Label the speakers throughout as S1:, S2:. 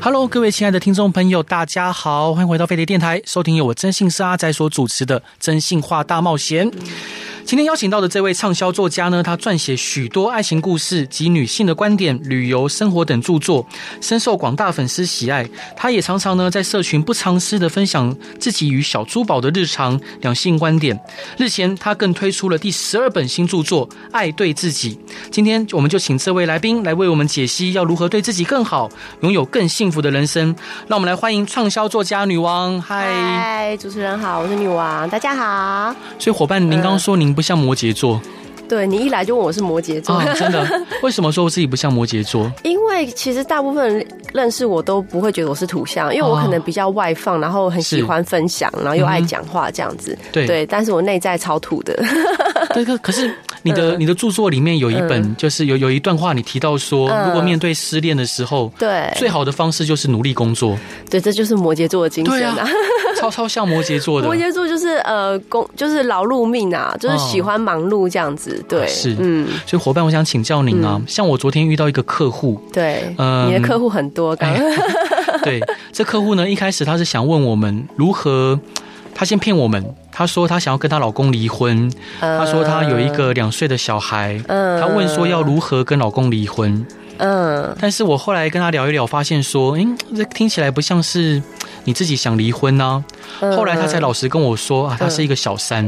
S1: Hello，各位亲爱的听众朋友，大家好，欢迎回到飞碟电台，收听由我真性是阿仔所主持的《真性话大冒险》。今天邀请到的这位畅销作家呢，他撰写许多爱情故事及女性的观点、旅游、生活等著作，深受广大粉丝喜爱。他也常常呢在社群不藏私的分享自己与小珠宝的日常、两性观点。日前，他更推出了第十二本新著作《爱对自己》。今天我们就请这位来宾来为我们解析要如何对自己更好，拥有更幸福的人生。让我们来欢迎畅销作家女王，嗨！
S2: 嗨，主持人好，我是女王，大家好。
S1: 所以伙伴，您刚刚说您不像摩羯座。
S2: 对你一来就问我是摩羯座，
S1: 啊，真的？为什么说自己不像摩羯座？
S2: 因为其实大部分人认识我都不会觉得我是土象，因为我
S1: 哦
S2: 可能比较外放，然后很喜
S1: 是嗯
S2: 欢分享，然后又爱讲话这样子。
S1: 对
S2: 对，但是我内在超土的。
S1: 对，可可是你
S2: 嗯
S1: 的你的著作里面有一本，就是有有一段话，你提到说，
S2: 嗯
S1: 如果面对失恋的时候，
S2: 对，
S1: 最好的方式就是努力工作。
S2: 对，这就是摩羯座的精
S1: 对
S2: 神
S1: 啊
S2: 啊。，
S1: 超超像摩羯座的
S2: 摩。羯座就是呃工，就是劳碌命啊，就是喜欢忙碌这样子。
S1: 哦
S2: 对，
S1: 啊是
S2: 嗯，
S1: 所以伙伴，我想请教您啊，像我昨天遇到一个客户，
S2: 对，
S1: 嗯哎
S2: 你的客户很多，刚刚
S1: 对，这客户呢，一开始他是想问我们如何，他先骗我们，他说他想要跟她老公离婚，他说他有一个两岁的小孩，
S2: 嗯
S1: 他问说要如何跟老公离婚。
S2: 嗯，
S1: 但是我后来跟他聊一聊，发现说，诶，这听起来不像是你自己想离婚呐、
S2: 嗯
S1: 后来他才老实跟我说啊，他是一个小三，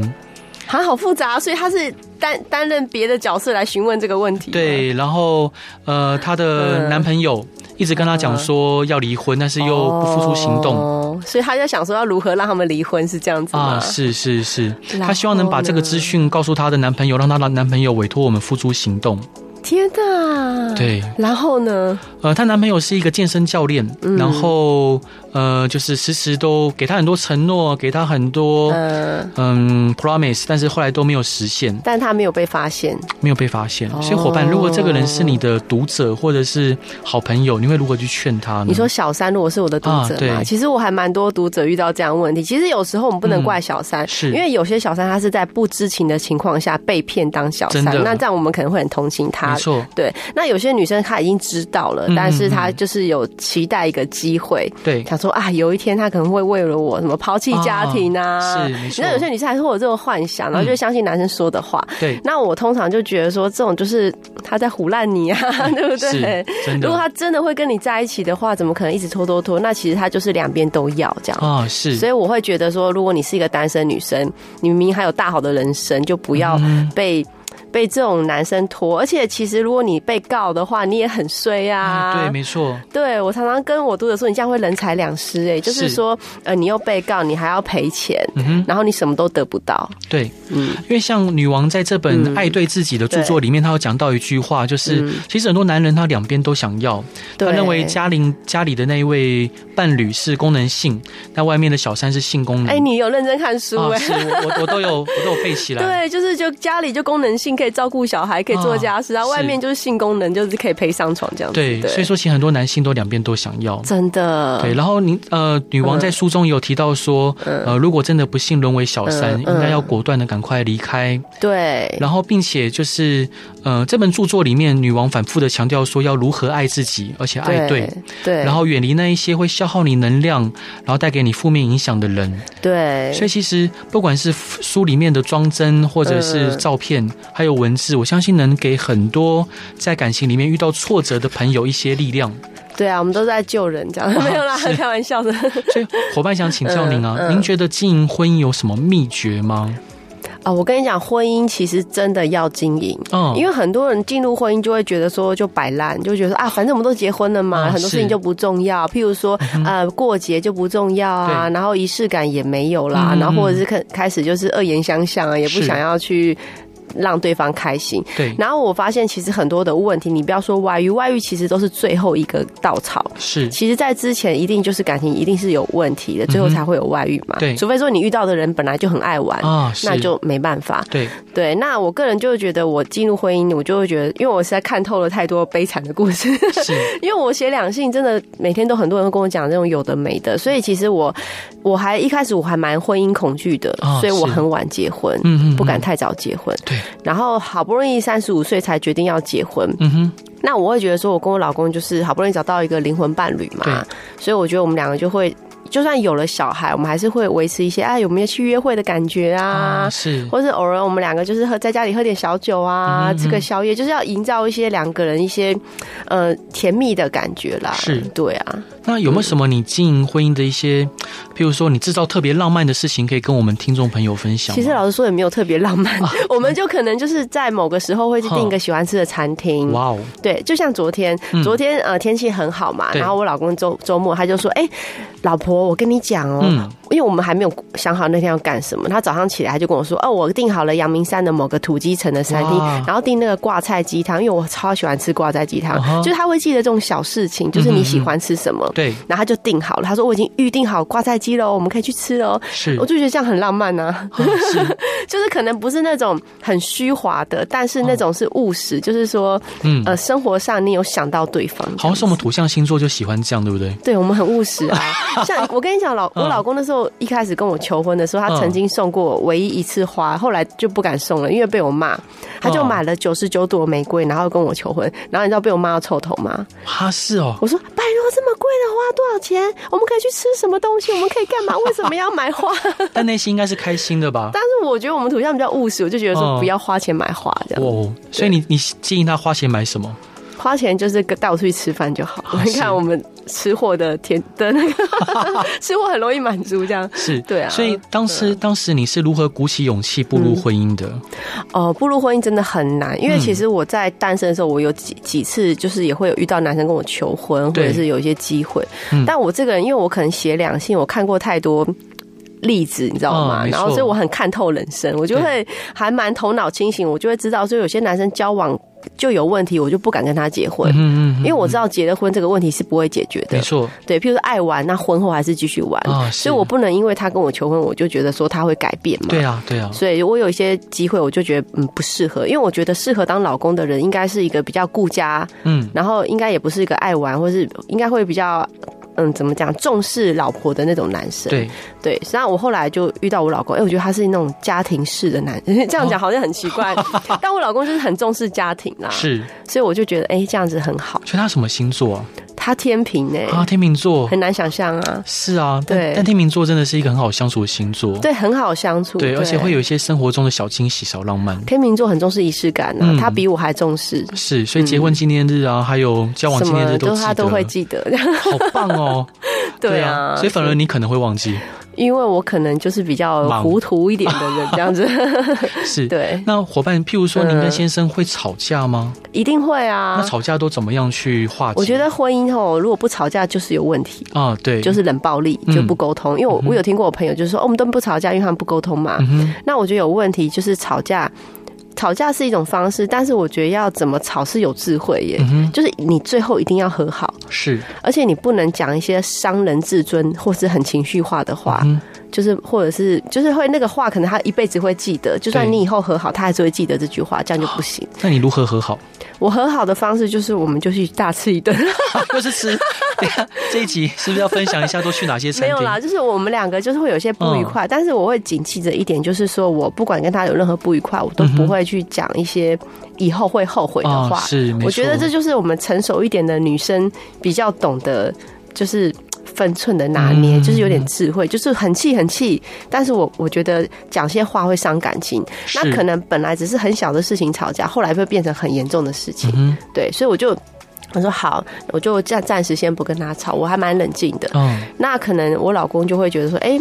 S2: 还好复杂，所以他是担担任别的角色来询问这个问题。，
S1: 对，然后呃，她的
S2: 嗯
S1: 男朋友一直跟她讲说要离婚，但是又不付出行动。
S2: 哦，所以他在想说要如何让他们离婚，是这样子吗？
S1: 啊，是是是，
S2: 然后
S1: 她希望能把这个资讯告诉她的男朋友，让她的男朋友委托我们付诸行动。
S2: 嗯天哪！。
S1: 对，
S2: 然后呢？
S1: 呃，她男朋友是一个健身教练，
S2: 嗯
S1: 然后呃，就是时时都给她很多承诺，给她很多
S2: 嗯、
S1: 嗯 promise，但是后来都没有实现，
S2: 但他没有被发现。
S1: 没有被发现。
S2: 哦
S1: 所以伙伴，如果这个人是你的读者或者是好朋友，你会如何去劝他呢？
S2: 你说小三如果是我的读者
S1: 啊
S2: 嘛，
S1: 对
S2: 其实我还蛮多读者遇到这样的问题。其实有时候我们不能怪小三，
S1: 嗯是
S2: 因为有些小三他是在不知情的情况下被骗当小三
S1: 真，的
S2: 那这样我们可能会很同情他
S1: 没。错，
S2: 对，那有些女生她已经知道了，
S1: 嗯
S2: 但是她
S1: 嗯嗯
S2: 就是有期待一个机会，
S1: 对，
S2: 想说啊，有一天他可能会为了我什么抛弃家庭啊，
S1: 啊是没错嗯
S2: 你知道有些女生还是会有这种幻想，然后就会相信男生说的话。
S1: 对，
S2: 那我通常就觉得说，这种就是他在胡 乱你啊， 对不对？
S1: 是真
S2: 如
S1: 的
S2: 果他真的会跟你在一起的话，怎么可能一直拖拖拖？那其实他就是两边都要这样。
S1: 啊，是
S2: 所以我会觉得说，如果你是一个单身女生，你明明还有大好的人生，就不要
S1: 嗯
S2: 被、被这种男生拖。而且其实如果你被告的话，你也很衰啊。
S1: 嗯对，没错，
S2: 对我常常跟我读者说，你这样会人财两失哎、就
S1: 是
S2: 是说，呃，你又被告，你还要赔钱，
S1: 嗯哼，
S2: 然后你什么都得不到，
S1: 对，
S2: 嗯，
S1: 因为像女王在这本《爱对自己》的著作里面，她有讲到一句话，就是
S2: 嗯
S1: 其实很多男人他两边都想要，他
S2: 对，
S1: 认为家庭家里的那一位伴侣是功能性，那外面的小三是性功能。
S2: 哎、你有认真看书
S1: 啊，
S2: 哎、
S1: 是我我我都有我都有背起来。
S2: 对，就是就家里就功能性可以照顾小孩，可以做家事，
S1: 啊
S2: 然后外
S1: 是
S2: 面就是性功能，就是可以陪上床这样子。
S1: 对，
S2: 嗯
S1: 所以说其实很多男性都两边都想要。
S2: 真的，
S1: 对，然后您呃，女
S2: 嗯
S1: 王在书中有提到说，呃，如果真的不幸沦为小三，
S2: 嗯
S1: 应该要果断的赶快离开。
S2: 对
S1: 然后，并且就是呃，这本著作里面，女王反复的强调说要如何爱自己，而且爱哎对，
S2: 对，
S1: 然后远离那一些会消耗你能量，然后带给你负面影响的人。
S2: 对，
S1: 所以，其实不管是书里面的装帧，或者是
S2: 嗯
S1: 照片，还有文字，我相信能给很多在感情里面遇到挫折的朋友一些力量。
S2: 对啊，我们都在救人这样，
S1: 哦
S2: 没有啦，开玩笑的。
S1: 所以，伙伴想请教您啊，
S2: 嗯嗯
S1: 您觉得经营婚姻有什么秘诀吗？
S2: 啊、我跟你讲，婚姻其实真的要经营。
S1: 嗯，
S2: 因
S1: 为
S2: 为很多人进入婚姻就会觉得说就摆烂，就觉得说啊，反正我们都结婚了嘛，
S1: 啊
S2: 很多事情
S1: 是嗯
S2: 就不重要。譬如说呃，过节就不重要啊，
S1: 对
S2: 然后仪式感也没有啦，
S1: 嗯
S2: 然后或者是开开始就是恶言相向啊，也不
S1: 是嗯
S2: 想要去。让对方开心。
S1: 对，
S2: 然后我发现，其实很多的问题，你不要说外遇，外遇其实都是最后一个稻草。
S1: 是
S2: 其实，在之前一定就是感情一定是有问题的，最后才会有外遇嘛。
S1: 嗯对
S2: 除非说你遇到的人本来就很爱玩，
S1: 啊，是
S2: 那就没办法。
S1: 对，
S2: 对，那我个人就觉得，我进入婚姻，我就会觉得，因为我实在看透了太多悲惨的故事。
S1: 是
S2: 因为我写两性，真的每天都很多人会跟我讲这种有的没的，所以其实我我还一开始我还蛮婚姻恐惧的，
S1: 哦
S2: 所以我
S1: 是
S2: 很晚结婚，
S1: 嗯嗯
S2: 不敢
S1: 嗯
S2: 太早结婚。
S1: 对，
S2: 然后好不容易三十五岁才决定要结婚，
S1: 嗯哼，
S2: 那我会觉得说，我跟我老公就是好不容易找到一个灵魂伴侣
S1: 对
S2: 嘛，所以我觉得我们两个就会，就算有了小孩，我们还是会维持一些啊有没有去约会的感觉啊
S1: 啊，是
S2: 或是偶尔我们两个就是喝在家里喝点小酒啊，
S1: 嗯哼
S2: 吃个宵夜，就是要营造一些两个人一些呃甜蜜的感觉啦。
S1: 是
S2: 对啊，
S1: 那有没有什么你经营婚姻的一些，譬如说你制造特别浪漫的事情，可以跟我们听众朋友分享吗？
S2: 其实老实说也没有特别浪漫，
S1: 啊
S2: 我们就可能就是在某个时候会去订一
S1: 哈
S2: 个喜欢吃的餐厅。
S1: 哇哦，
S2: 对，就像昨天，
S1: 嗯
S2: 昨天呃天气很好嘛，
S1: 对
S2: 然后我老公周周末他就说，哎、老婆，我跟你讲哦、
S1: 嗯
S2: 因为我们还没有想好那天要干什么，他早上起来他就跟我说，哦，我订好了阳明山的某个土鸡城的餐厅
S1: 哇，
S2: 然后订那个挂菜鸡汤，因为我超喜欢吃挂菜鸡汤
S1: 啊哈嗯
S2: 就是他会记得这种小事情，就是你喜欢吃什么，
S1: 对，
S2: 然后他就订好了，他说我已经预定好挂菜鸡了哦，我们可以去吃了哦。
S1: 是
S2: 我就觉得这样很浪漫呐、
S1: 啊是，
S2: 就是可能不是那种很虚华的，但是那种是务实，就是说
S1: 嗯，
S2: 呃，生活上你有想到对方，
S1: 好像是我们土象星座就喜欢这样，对不对？
S2: 对我们很务实 啊。像我跟你讲，老我老公那时候一开始跟我求婚的时候，
S1: 嗯
S2: 他曾经送过我唯一一次花，后来就不敢送了，因为被我骂。他就
S1: 嗯
S2: 买了九十九朵玫瑰，然后跟我求婚，然后你知道被我骂到臭头吗？
S1: 啊，是哦，
S2: 我说拜托，这么贵的花多少钱？我们可以去吃什么东西？我们可以干嘛？为什么要买花？
S1: 但内心应该是开心的吧？
S2: 但是我觉得我们土象比较务实，我就觉
S1: 嗯
S2: 得说不要花钱买花这样。
S1: 哇哦，所以你你建议他花钱买什么？
S2: 花钱就是跟带我出去吃饭就好。
S1: 啊
S2: 你
S1: 是
S2: 看我们吃货的甜的那 个吃货很容易满足这样。
S1: 是
S2: 对啊
S1: 所以当时、当时你是如何鼓起勇气步入婚姻的？
S2: 哦，步入婚姻真的很难，因为
S1: 嗯
S2: 其实我在单身的时候，我有几几次就是也会有遇到男生跟我求婚，或
S1: 对
S2: 者是有一些机会
S1: 嗯。
S2: 但我这个人，因为我可能写两性，我看过太多。例子你知道
S1: 嗯
S2: 吗？
S1: 没错
S2: 然后所以我很看透人生，我就会还蛮头脑清醒，我就会知道说有些男生交往就有问题，我就不敢跟他结婚，
S1: 嗯嗯
S2: 因为我知道结了婚这个问题是不会解决的
S1: 没。错
S2: 对，譬如说爱玩，那婚后还是继续玩，
S1: 啊，是
S2: 所以我不能因为他跟我求婚，我就觉得说他会改变嘛。
S1: 对啊对啊，
S2: 所以我有一些机会，我就觉得嗯不适合，因为我觉得适合当老公的人，应该是一个比较顾家，
S1: 嗯
S2: 然后应该也不是一个爱玩，或是应该会比较嗯怎么讲重视老婆的那种男生。
S1: 对，
S2: 对，实际上我后来就遇到我老公，哎、我觉得他是那种家庭式的男，这
S1: 哦
S2: 样讲好像很奇 怪，但我老公就是很重视家庭啦，
S1: 是。
S2: 所以我就觉得哎、这样子很好。
S1: 所以他什么星座啊？
S2: 他天平哎、
S1: 啊，天秤座。
S2: 很难想象啊，
S1: 是啊，但
S2: 对
S1: 但天秤座真的是一个很好相处的星座。
S2: 对，很好相处，
S1: 对，而且会有一些生活中的小惊喜、小浪漫。
S2: 天秤座很重视仪式感啊，
S1: 嗯
S2: 他比我还重视。
S1: 是，所以结婚纪念日啊，还有交往
S2: 嗯什
S1: 纪念
S2: 么
S1: 日都记得，
S2: 他都会记得，
S1: 好棒哦！
S2: 对啊，
S1: 所以反而你可能会忘记，
S2: 因为我可能就是比较
S1: 忙
S2: 糊涂一点的人，这样 子，
S1: 是。
S2: 对，
S1: 那伙伴，譬如说您跟
S2: 嗯
S1: 先生会吵架吗？
S2: 一定会啊
S1: 那。吵架都怎么样去化解？
S2: 我觉得婚姻吼，如果不吵架就是有问题，
S1: 啊，对，
S2: 就是冷暴力，
S1: 嗯
S2: 就不沟通。因为我我有听过我朋友就是说，哦，我们都不吵架，因为他们不沟通嘛。
S1: 嗯哼，
S2: 那我觉得有问题就是吵架，吵架是一种方式，但是我觉得要怎么吵是有智慧耶
S1: 嗯，哼
S2: 就是你最后一定要和好。
S1: 是，
S2: 而且你不能讲一些伤人自尊或是很情绪化的话，
S1: 嗯，
S2: 就是或者是就是会那个话，可能他一辈子会记得，就算
S1: 对
S2: 你以后和好，他还是会记得这句话，这样就不行。
S1: 那你如何和 好？
S2: 我和好的方式就是我们就去大吃一顿，
S1: 又是吃， 等一下这一集是不是要分享一下都去哪些餐
S2: 没有啦，
S1: 厅？
S2: 就是我们两个就是会有些不愉快，但是我会谨记着一点，就是说我不管跟他有任何不愉快，我都不会去讲一些以后会后悔的话。
S1: 啊是，没
S2: 我觉得
S1: 错
S2: 这就是我们成熟一点的女生比较懂得，就是分寸的拿捏，
S1: 嗯
S2: 就是有点智慧，就是很气很气，但是我我觉得讲些话会伤感情，那
S1: 是
S2: 可能本来只是很小的事情吵架，后来会变成很严重的事情，
S1: 嗯
S2: 对，所以我就。我说好，我就暂暂时先不跟他吵，我还蛮冷静的。
S1: 哼，嗯，
S2: 那可能我老公就会觉得说，哎、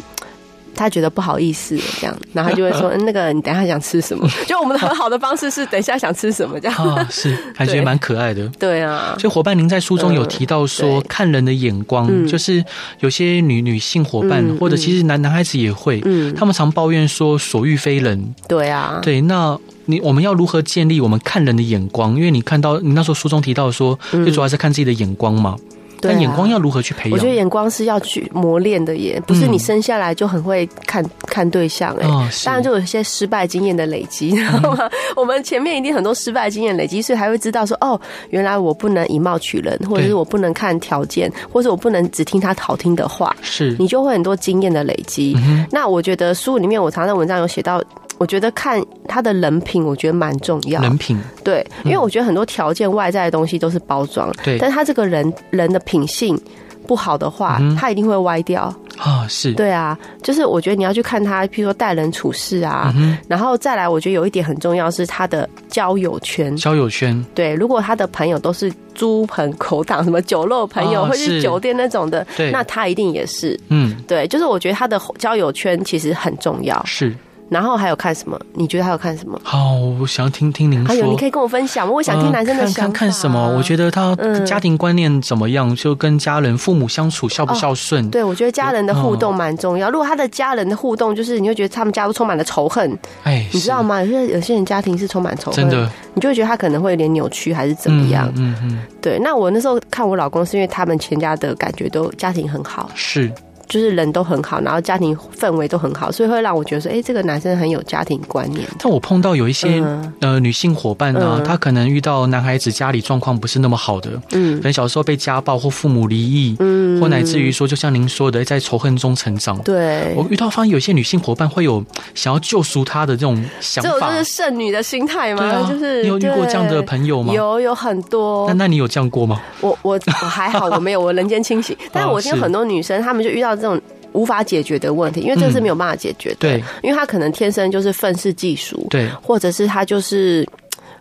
S2: 他觉得不好意思这样，然后他就会说嗯那个你等一下想吃什么？就我们的很好的方式是等一下想吃什么这样。
S1: 啊， 是感觉
S2: 对
S1: 蛮可爱的。
S2: 对啊，
S1: 所以伙伴，您在书中有提到说，
S2: 嗯对
S1: 看人的眼光，
S2: 嗯
S1: 就是有些女女性伙伴，
S2: 嗯
S1: 或者其实男男孩子也会，
S2: 嗯，
S1: 他们常抱怨说所遇非人。
S2: 对啊，
S1: 对，那你我们要如何建立我们看人的眼光？因为你看到你那时候书中提到说，最主要是看自己的眼光嘛。
S2: 嗯对啊
S1: 但眼光要如何去培
S2: 我觉得
S1: 养？
S2: 眼光是要去磨练的耶，不是你生下来就很会看看对象哎。
S1: 嗯哦，是嗯
S2: 当然，就有一些失败经验的累积，知道吗？ 我们前面一定很多失败经验累积，所以才会知道说，哦，原来我不能以貌取人，或者
S1: 对
S2: 是我不能看条件，或者我不能只听他好听的话。
S1: 是
S2: 你就会很多经验的累积。
S1: 嗯
S2: 那我觉得书里面我常常在文章有写到。我觉得看他的人品，我觉得蛮重要。
S1: 人品，
S2: 对，因为我觉得很多条件外在的东西都是包装，
S1: 嗯对
S2: 但是他这个人人的品性不好的话，
S1: 嗯哼
S2: 他一定会歪掉。
S1: 啊，是
S2: 对啊，就是我觉得你要去看他，譬如说待人处事啊，
S1: 嗯
S2: 然后再来，我觉得有一点很重要是他的交友圈。
S1: 交友圈，
S2: 对，如果他的朋友都是猪朋狗党，什么酒肉朋友，
S1: 哦
S2: 或者
S1: 是
S2: 是酒店那种的，
S1: 对
S2: 那他一定也是。
S1: 嗯，
S2: 对，就是我觉得他的交友圈其实很重要。
S1: 是。
S2: 然后还有看什么？你觉得还有看什么？
S1: 好，我想要听听您
S2: 还有，你
S1: 说
S2: 可。以跟我分享吗，我想听男生的
S1: 呃
S2: 想法、
S1: 看看看什么？我觉
S2: 得，
S1: 得他
S2: 嗯
S1: 家庭观念怎么样？就跟家人、父母相处孝不孝顺？
S2: 哦对我觉得家人的互
S1: 嗯
S2: 动蛮重要。如果他的家人的互动，就是你会觉得他们家都充满了仇恨，
S1: 哎，
S2: 你知道
S1: 吗？
S2: 吗？有些有些人家庭是充满仇
S1: 真
S2: 恨，
S1: 的
S2: 你就会觉得他可能会有点扭曲还是怎么样。
S1: 嗯嗯嗯，
S2: 对，那我那时候看我老公是因为他们全家的感觉都家庭很好，
S1: 是
S2: 就是人都很好，然后家庭氛围都很好，所以会让我觉得说，哎、这个男生很有家庭观念。
S1: 但我碰到有一些、
S2: 嗯
S1: 呃女性伙伴呢、
S2: 嗯
S1: 她可能遇到男孩子家里状况不是那么好的，
S2: 嗯
S1: 可，能小时候被家暴或父母离异，
S2: 嗯
S1: 或乃至于说，就像您说的，在仇恨中成长。
S2: 对，
S1: 我遇到发现有些女性伙伴会有想要救赎她的这种想
S2: 这种
S1: 法
S2: 就，是剩女的心态
S1: 对
S2: 嘛，
S1: 啊，
S2: 就是
S1: 你有遇过这样的
S2: 对
S1: 朋友吗？
S2: 有有很多
S1: 那，那你有这样过吗？
S2: 我我我还 好，我没有，我人间清醒。但是我听
S1: 哦是
S2: 很多女生，她们就遇到这种无法解决的问题，因为这
S1: 嗯
S2: 是没有办法解决的，
S1: 对
S2: 因为她可能天生就是愤世嫉俗，
S1: 对，
S2: 或者是她就是，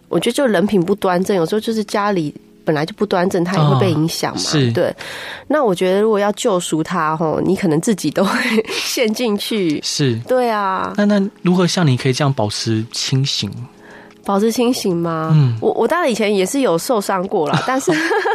S2: 我觉得就人品不端正，有时候就是家里。本来就不端正，她也会被影响嘛。
S1: 哦是
S2: 对。那我觉得，如果要救赎她，吼，你可能自己都会 陷进去。
S1: 是。
S2: 对啊，
S1: 那那如何像你可以这样保持清醒？
S2: 保持清醒吗？
S1: 嗯
S2: 我我当然以前也是有受伤过 啦，但是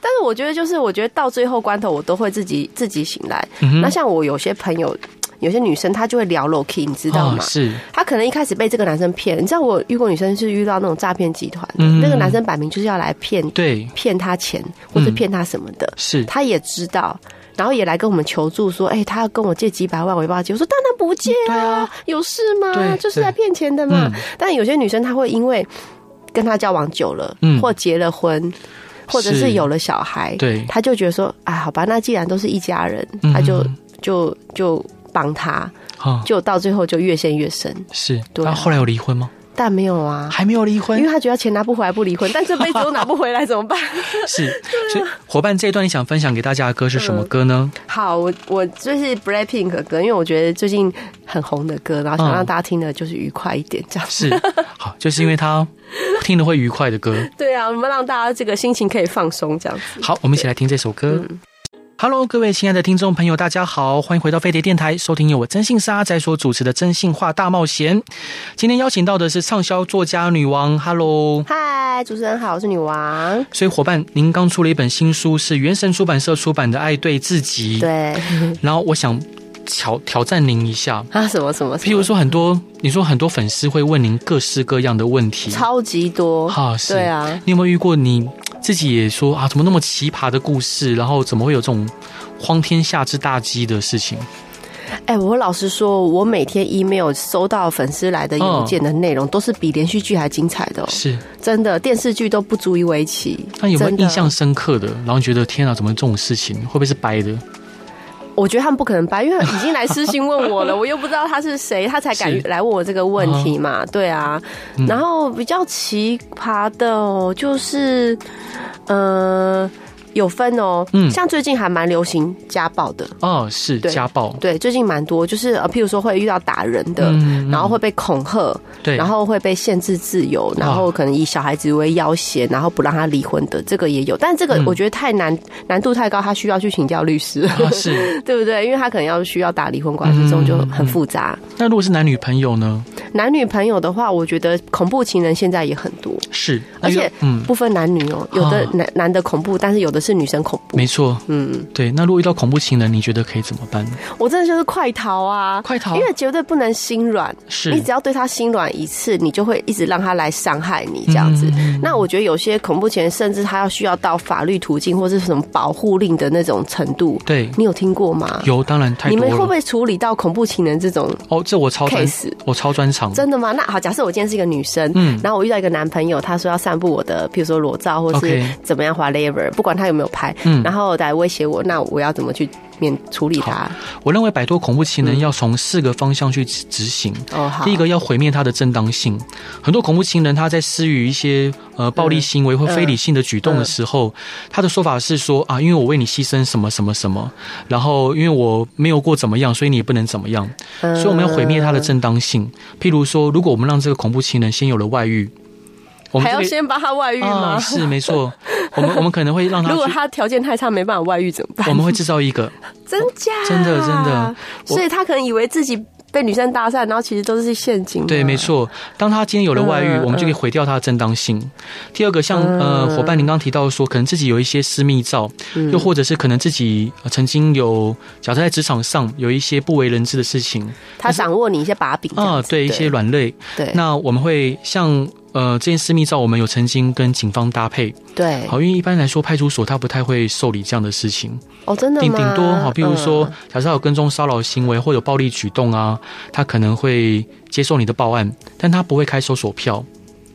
S2: 但是我觉得就是我觉得到最后关头我都会自己自己醒来。
S1: 嗯
S2: 那像我有些朋友，有些女生她就会聊 low key，你知道
S1: 啊
S2: 吗？
S1: 是
S2: 她可能一开始被这个男生骗，你知道我遇过女生是遇到那种诈骗集团的，
S1: 嗯
S2: 那个男生摆明就是要来骗
S1: 对，
S2: 骗她钱或者
S1: 嗯
S2: 骗她什么的，
S1: 是
S2: 她也知道。然后也来跟我们求助说，哎、她要跟我借几百万，我也不要借。我说当然不借
S1: 对
S2: 啊，
S1: 啊
S2: 有事吗？
S1: 对
S2: 就是来
S1: 对
S2: 骗钱的嘛。
S1: 嗯
S2: 但有些女生她会因为跟他交往久了，
S1: 嗯
S2: 或结了婚，或者
S1: 是
S2: 是有了小孩，
S1: 对
S2: 她就觉得说，哎，好吧，那既然都是一家人，
S1: 嗯
S2: 她就就就帮他，
S1: 啊
S2: 就到最后就越陷越深。
S1: 是。
S2: 对啊
S1: 那后来有离婚吗？
S2: 但没有啊，
S1: 还没有离
S2: 因
S1: 婚
S2: 为，他觉得钱拿不回来不离婚，但这辈子都拿不回来怎么 办？
S1: 是。
S2: 啊
S1: 所以伙伴这一段你想分享给大家的歌是什
S2: 嗯
S1: 么歌呢？
S2: 好，我我就是 Blackpink 的歌，因为我觉得最近很红的歌，然后想
S1: 嗯
S2: 让大家听的就是愉快一点，这样。
S1: 是好，就是因为他听了会愉快的歌。
S2: 对啊，我们让大家这个心情可以放松，这样子。
S1: 好，我们一起来听这首歌。Hello，各位亲爱的听众朋友，大家好，欢迎回到飞碟电台，收听由我真性沙仔所主持的《真性话大冒险》。今天邀请到的是畅销作家女王，Hello。
S2: 嗨，主持人好，我是女王。
S1: 所以伙伴，您刚出了一本新书，是原神出版社出版的《爱对自己》。。
S2: 对
S1: 然后我想挑挑战您一下，
S2: 啊，什么什么，什么
S1: 譬如说很多，你说很多粉丝会问您各式各样的问题，
S2: 超级多，
S1: 哈、是。
S2: 对啊，
S1: 你有没有遇过你自己也说啊，怎么那么奇葩的故事？然后怎么会有这种荒天下之大稽的事情？
S2: 哎、我老实说，我每天 email 收到粉丝来的邮件的内容，都是比连续剧还精彩的、哦，
S1: 是，
S2: 真的，电视剧都不足以为奇。
S1: 那有没有
S2: 真的
S1: 印象？深刻的？然后觉得天啊，怎么这种事情会不会是掰的？
S2: 我觉得他们不可能 掰，因为已经来私信问我了，我又不知道他是谁，他才敢
S1: 是嗯
S2: 来问我这个问题嘛？对啊，然后比较奇葩的、哦、就是，呃。有分哦，
S1: 嗯
S2: 像最近还蛮流行家暴的，
S1: 哦，是
S2: 对
S1: 家暴，
S2: 对，最近蛮多，就是呃，譬如说会遇到打人的，
S1: 嗯嗯
S2: 然后会被恐吓，
S1: 对，啊
S2: 然后会被限制自由，然后可能以小孩子为要挟，然后不让他离婚的，这个也有。但这个
S1: 嗯
S2: 我觉得太难，难度太高，他需要去请教 律师，
S1: 啊是。
S2: 对不对？因为他可能要需要打离婚官司，这种就很复杂。
S1: 那如果是男女朋友呢？
S2: 男女朋友的话，我觉得恐怖情人现在也很多，
S1: 是，
S2: 而且
S1: 那嗯，
S2: 不分男女哦，有的
S1: 啊
S2: 男男的恐怖，但是有的是女生恐怖。
S1: 没错，
S2: 嗯，
S1: 对。那如果遇到恐怖情人，你觉得可以怎么办？
S2: 我真的就是快逃啊！
S1: 快逃
S2: 因，为绝对不能心软，
S1: 是
S2: 你只要对他心软一次，你就会一直让他来伤害你这样子。
S1: 嗯
S2: 那我觉得有些恐怖情人，甚至他要需要到法律途径或是什么保护令的那种程度，
S1: 对，
S2: 你有听过吗？
S1: 有当然太
S2: 你
S1: 多
S2: 们会不
S1: 了。
S2: 会处理到恐怖情人这种
S1: 哦，这我超专，
S2: case？
S1: 我超专长，
S2: 真的吗？那好，假设我今天是一个女生，
S1: 嗯
S2: 然后我遇到一个男朋友，他说要散布我的，比如说裸照或是
S1: OK
S2: 怎么样，whatever，不管他有没有拍，
S1: 嗯
S2: 然后来威胁我，那我要怎么去免处理他？
S1: 我认为摆脱恐怖
S2: 嗯
S1: 情人要从四个方向去执执行。
S2: 哦，好，
S1: 第一个要毁灭他的正当性，很多恐怖情人他在施予一些呃
S2: 嗯
S1: 暴力行为或非理性的举动的时候，他的说法是说啊，因为我为你牺牲什么什么什么，然后因为我没有过怎么样，所以你也不能怎么样，
S2: 嗯，
S1: 所以我们要毁灭他的正当性。譬如说，如果我们让这个恐怖情人先有了外遇，我们
S2: 还
S1: 这
S2: 要
S1: 个
S2: 先帮他外遇吗？
S1: 啊是没错，我们我们可能会让他
S2: 如果
S1: 去，
S2: 他条件太差，没办法外遇怎么办
S1: 我？们会制造一个
S2: 真假？
S1: 真的真的我
S2: 所以他可能以为自己被女生搭讪，然后其实都是陷阱。
S1: 对，没。错。当他今天有了外遇，
S2: 嗯
S1: 我们就可以毁掉他的正当性。第二个，像呃，
S2: 嗯
S1: 伙伴您刚提到说，可能自己有一些私密照，又或者是可能自己呃曾经有，假设在职场上有一些不为人知的事情
S2: 他掌握你一些把柄这
S1: 啊、
S2: 样子
S1: 对一些软肋，
S2: 对
S1: 那我们会像。呃，这件私密照我们有曾经跟警方搭配，
S2: 对
S1: 好，因为一般来说派出所他不太会受理这样的事情，
S2: 哦，真的
S1: 顶
S2: 吗？
S1: 顶多好，譬如说
S2: 嗯，
S1: 假设有跟踪骚扰行为或有暴力举动啊，他可能会接受你的报案，但他不会开搜索票，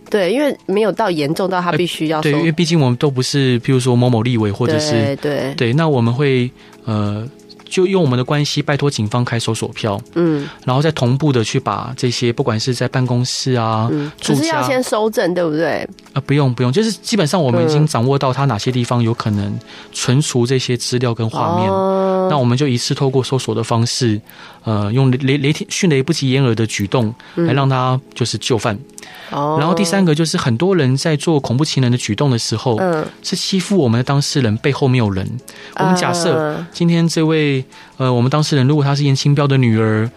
S2: 对，因为没有到严重到他必须要收
S1: 呃对，因为毕竟我们都不是，譬如说某某立委或者是
S2: 对对，
S1: 对，那我们会呃，就用我们的关系拜托警方开搜索票，
S2: 嗯
S1: 然后再同步的去把这些不管是在办公室啊、
S2: 嗯，
S1: 住
S2: 只是要
S1: 家
S2: 先收证，对不对？
S1: 呃，不用不用，就是基本上我们已经
S2: 嗯
S1: 掌握到他哪些地方有可能存储这些资料跟画面。
S2: 哦
S1: 那我们就一次透过搜索的方式，呃，用雷雷雷霆迅雷不及掩耳的举动来让他就是就范。
S2: 嗯哦
S1: 然后第三个就是很多人在做恐怖情人的举动的时候，
S2: 嗯，
S1: 是欺负我们的当事人背后没有人。我们假设
S2: 嗯
S1: 今天这位呃，我们当事人如果她是严清标的女儿，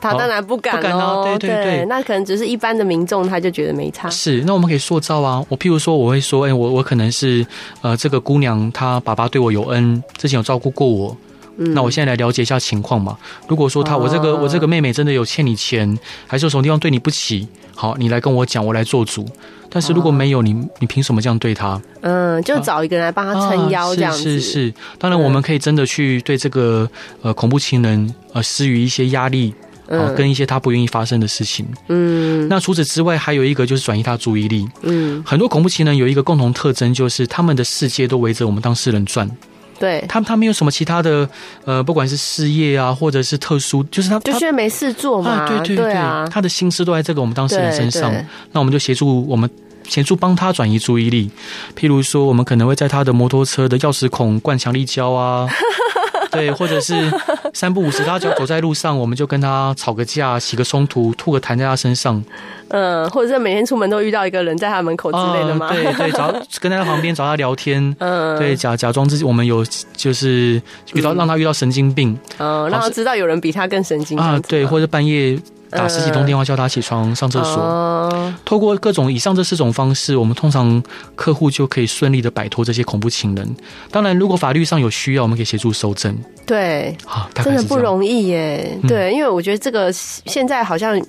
S2: 他当然不敢
S1: 不敢啊
S2: 咯
S1: 对对对
S2: 那可能只是一般的民众，他就觉得没差。
S1: 是那我们可以塑造啊。我譬如说，我会说，哎、我我可能是呃，这个姑娘她爸爸对我有恩，之前有照顾过我。那我现在来了解一下情况嘛。如果说她，我这个
S2: 嗯哦
S1: 我这个妹妹真的有欠你钱，还是有什么地方对你不起，好，你来跟我讲，我来做主。但是如果没有你，你凭什么这样对她？
S2: 嗯，就找一个人来帮他撑腰这样子。嗯
S1: 啊、是是是，当然我们可以真的去对这个呃恐怖情人呃施予一些压力。啊，
S2: 嗯
S1: 跟一些他不愿意发生的事情。
S2: 嗯
S1: 那除此之外，还有一个就是转移他注意力。
S2: 嗯，
S1: 很多恐怖情人有一个共同特征，就是他们的世界都围着我们当事人转。
S2: 对，
S1: 他他没有什么其他的，呃，不管是事业啊，或者是特殊，就是他
S2: 就
S1: 他
S2: 是没事做嘛，
S1: 啊，对对
S2: 啊，
S1: 他的心思都在这个我们当事人身上
S2: 对对。
S1: 那我们就协助我们。协助帮他转移注意力，譬如说，我们可能会在他的摩托车的钥匙孔灌强力胶 啊，对，或者是三不五时他只要走在路上，我们就跟他吵个架、起个冲突、吐个痰在他身上，
S2: 嗯，或者是每天出门都遇到一个人在他门口之类的吗？
S1: 啊对对，找跟在他旁边找他聊天，
S2: 嗯，
S1: 对，假假装自己我们有就是遇到、让他遇到神经病
S2: 嗯，让他知道有人比他更神经这
S1: 啊
S2: 样，子
S1: 对，或者半夜打十几通
S2: 嗯
S1: 电话叫他起床上厕所。
S2: 哦
S1: 透过各种以上这四种方式，我们通常客户就可以顺利的摆脱这些恐怖情人。当然，如果法律上有需要，我们可以协助搜证。
S2: 对，
S1: 啊，大概
S2: 真
S1: 是
S2: 的不
S1: 这样
S2: 容易耶。
S1: 嗯
S2: 对，因为我觉得这个现在好像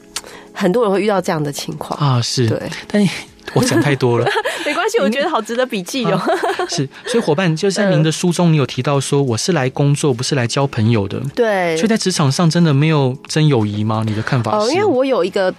S2: 很多人会遇到这样的情况。
S1: 啊，是，
S2: 对，
S1: 但我讲太多了，
S2: 没关系，我觉得好值得笔记哦。
S1: 啊是，所以伙伴就是在您的书中，你有提到说我是来工作，不是来交朋友的，
S2: 对
S1: 所以，在职场上真的没有真友谊吗？你的看法
S2: 哦，
S1: 是？
S2: 因为我有一个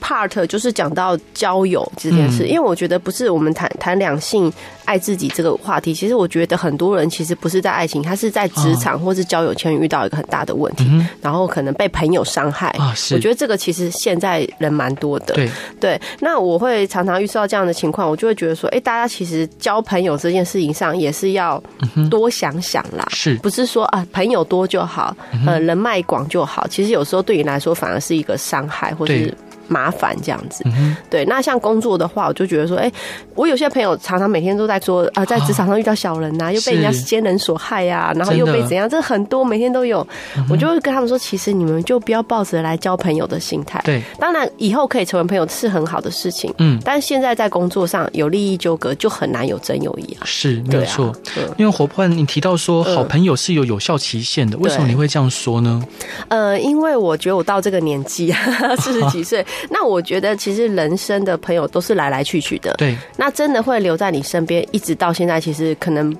S2: part 就是讲到交友这件事，
S1: 嗯
S2: 因为我觉得不是我们谈谈两性爱自己这个话题，其实我觉得很多人其实不是在爱情，他是在职场或是交友圈遇到一个很大的问题，
S1: 啊嗯
S2: 然后可能被朋友伤害。
S1: 啊，是，
S2: 我觉得这个其实现在人蛮多的，
S1: 对，
S2: 对，那我会常常遇到这样的情况，我就会觉得说，哎，大家其实交朋友这件事情上也是要
S1: 嗯
S2: 多想想啦，
S1: 是
S2: 不是说啊朋友多就好，呃人脉广就好，其实有时候对你来说反而是一个伤害或
S1: 嗯对
S2: 是麻烦这样子。
S1: 嗯哼
S2: 对，那像工作的话，我就觉得说，哎、我有些朋友常常每天都在说，啊、在职场上遇到小人啊呐、又被人家
S1: 是
S2: 奸人所害呀、然后又
S1: 真的嗯
S2: 被怎样，这很多每天都有。我就会跟他们说，其实你们就不要抱着来交朋友的心态。
S1: 对，
S2: 当然以后可以成为朋友是很好的事情，
S1: 嗯，
S2: 但现在在工作上有利益纠葛，就很难有真友谊啊。
S1: 是没
S2: 对
S1: 有
S2: 啊
S1: 错。，
S2: 嗯
S1: 因为活泼，你提到说
S2: 嗯
S1: 好朋友是有有效期限的，为什么
S2: 对
S1: 你会这样说呢？
S2: 呃，因为我觉得我到这个年纪， 四十几岁，那我觉得其实人生的朋友都是来来去去的，
S1: 对，
S2: 那真的会留在你身边，一直到现在，其实可能。